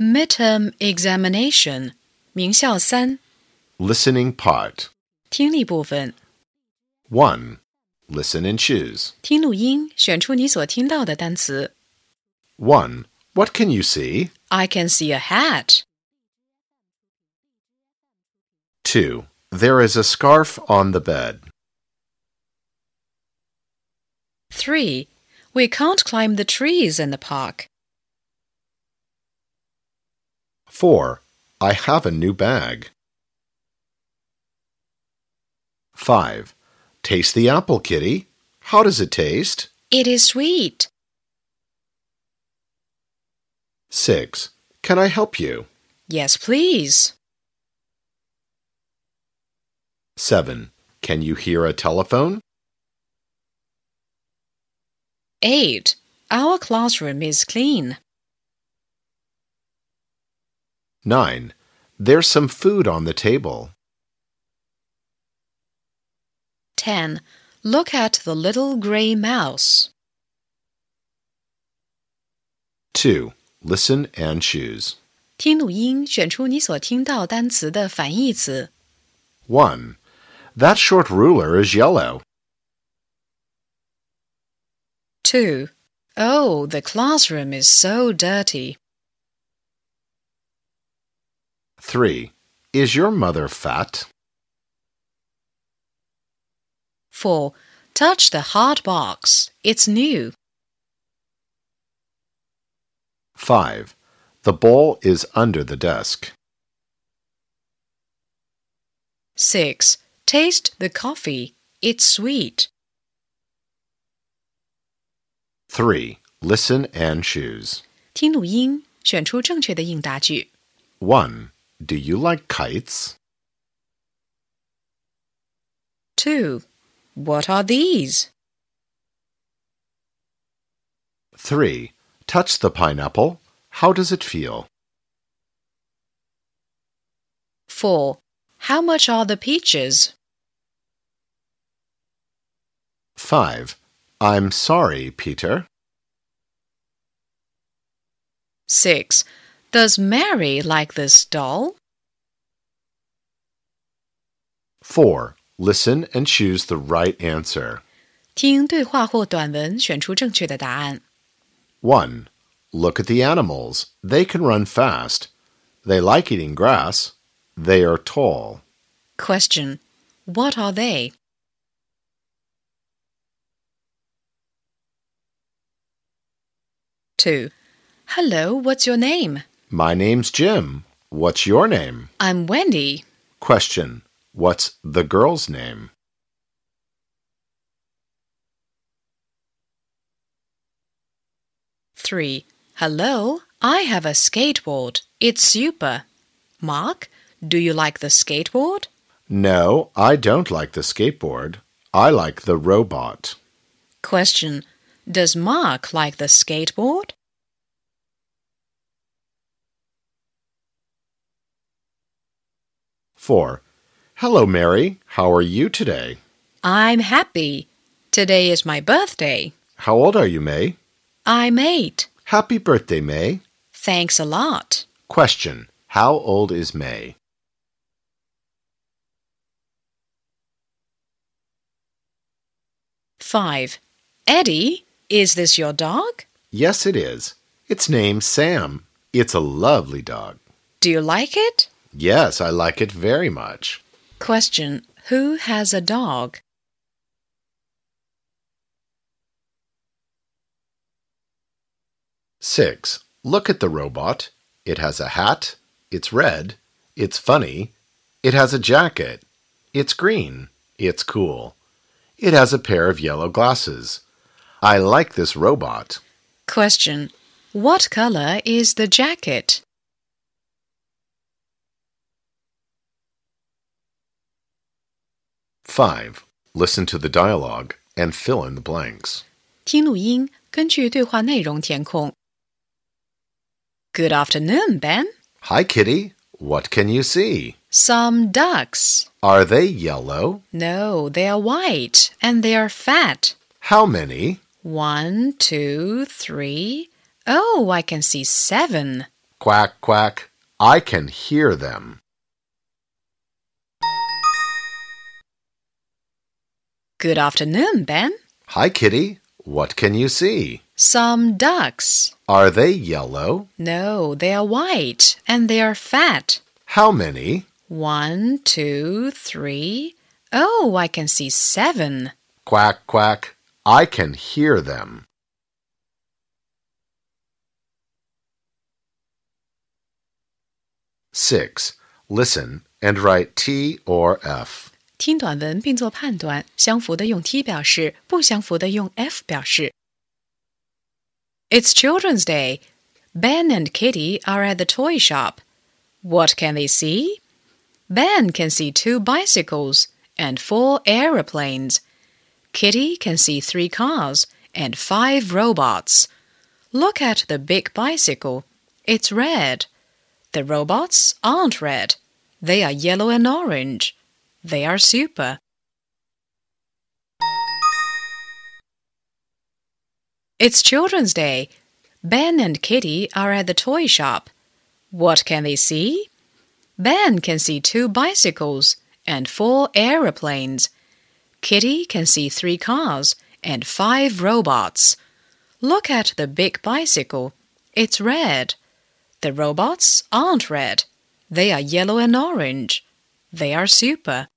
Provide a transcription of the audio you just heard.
Midterm examination 名校三 Listening part. 听力部分， 1. Listen and choose. 听录音，选出你所听到的单词。 1. What can you see? I can see a hat. 2. There is a scarf on the bed. Three, we can't climb the trees in the park. 4. I have a new bag. 5. Taste the apple, kitty. How does it taste? It is sweet. 6. Can I help you? Yes, please. 7. Can you hear a telephone? Eight, our classroom is clean. 9. There's some food on the table. Ten, look at the little gray mouse. 2. Listen and choose. 听录音，选出你所听到单词的反义词。 1. That short ruler is yellow. Two, oh, the classroom is so dirty. 3. Is your mother fat? Four, touch the hard box. It's new. 5. The bowl is under the desk. 6. Taste the coffee. It's sweet. 3. Listen and choose. 听录音，选出正确的应答句。 1. Do you like kites? 2. What are these? 3. Touch the pineapple. How does it feel? 4. How much are the peaches? 5. I'm sorry, Peter. 6. Does Mary like this doll? 4. Listen and choose the right answer. 听对话或短文选出正确的答案。 1. Look at the animals. They can run fast. They like eating grass. They are tall. Question. What are they? Two. Hello, what's your name? My name's Jim. What's your name? I'm Wendy. Question. What's the girl's name? Three. Hello, I have a skateboard. It's super. Mark, do you like the skateboard? No, I don't like the skateboard. I like the robot. Question. Does Mark like the skateboard? Four. Hello, Mary. How are you today? I'm happy. Today is my birthday. How old are you, May? I'm eight. Happy birthday, May. Thanks a lot. Question. How old is May? Five. Eddie, is this your dog? Yes, it is. Its name's Sam. It's a lovely dog. Do you like it? Yes, I like it very much. Question. Who has a dog? Six. Look at the robot. It has a hat. It's red. It's funny. It has a jacket. It's green. It's cool. It has a pair of yellow glasses. I like this robot. Question. What color is the jacket? Five. Listen to the dialogue and fill in the blanks. 听录音，根据对话内容填空。Good afternoon, Ben. Hi, kitty. What can you see? Some ducks. Are they yellow? No, they are white and they are fat. How many? One, two, three. Oh, I can see seven. Quack, quack. I can hear them. Good afternoon, Ben. Hi, kitty. What can you see? Some ducks. Are they yellow? No, they are white and they are fat. How many? One, two, three. Oh, I can see seven. Quack, quack. I can hear them. Six. Listen and write T or F. 听短文并做判断，相符的用 T 表示，不相符的用 F 表示。It's Children's Day. Ben and Kitty are at the toy shop. What can they see? Ben can see two bicycles and four aeroplanes. Kitty can see three cars and five robots. Look at the big bicycle. It's red. The robots aren't red. They are yellow and orange. They are super. It's Children's Day. Ben and Kitty are at the toy shop. What can they see? Ben can see two bicycles and four aeroplanes. Kitty can see three cars and five robots. Look at the big bicycle. It's red. The robots aren't red. They are yellow and orange. They are super.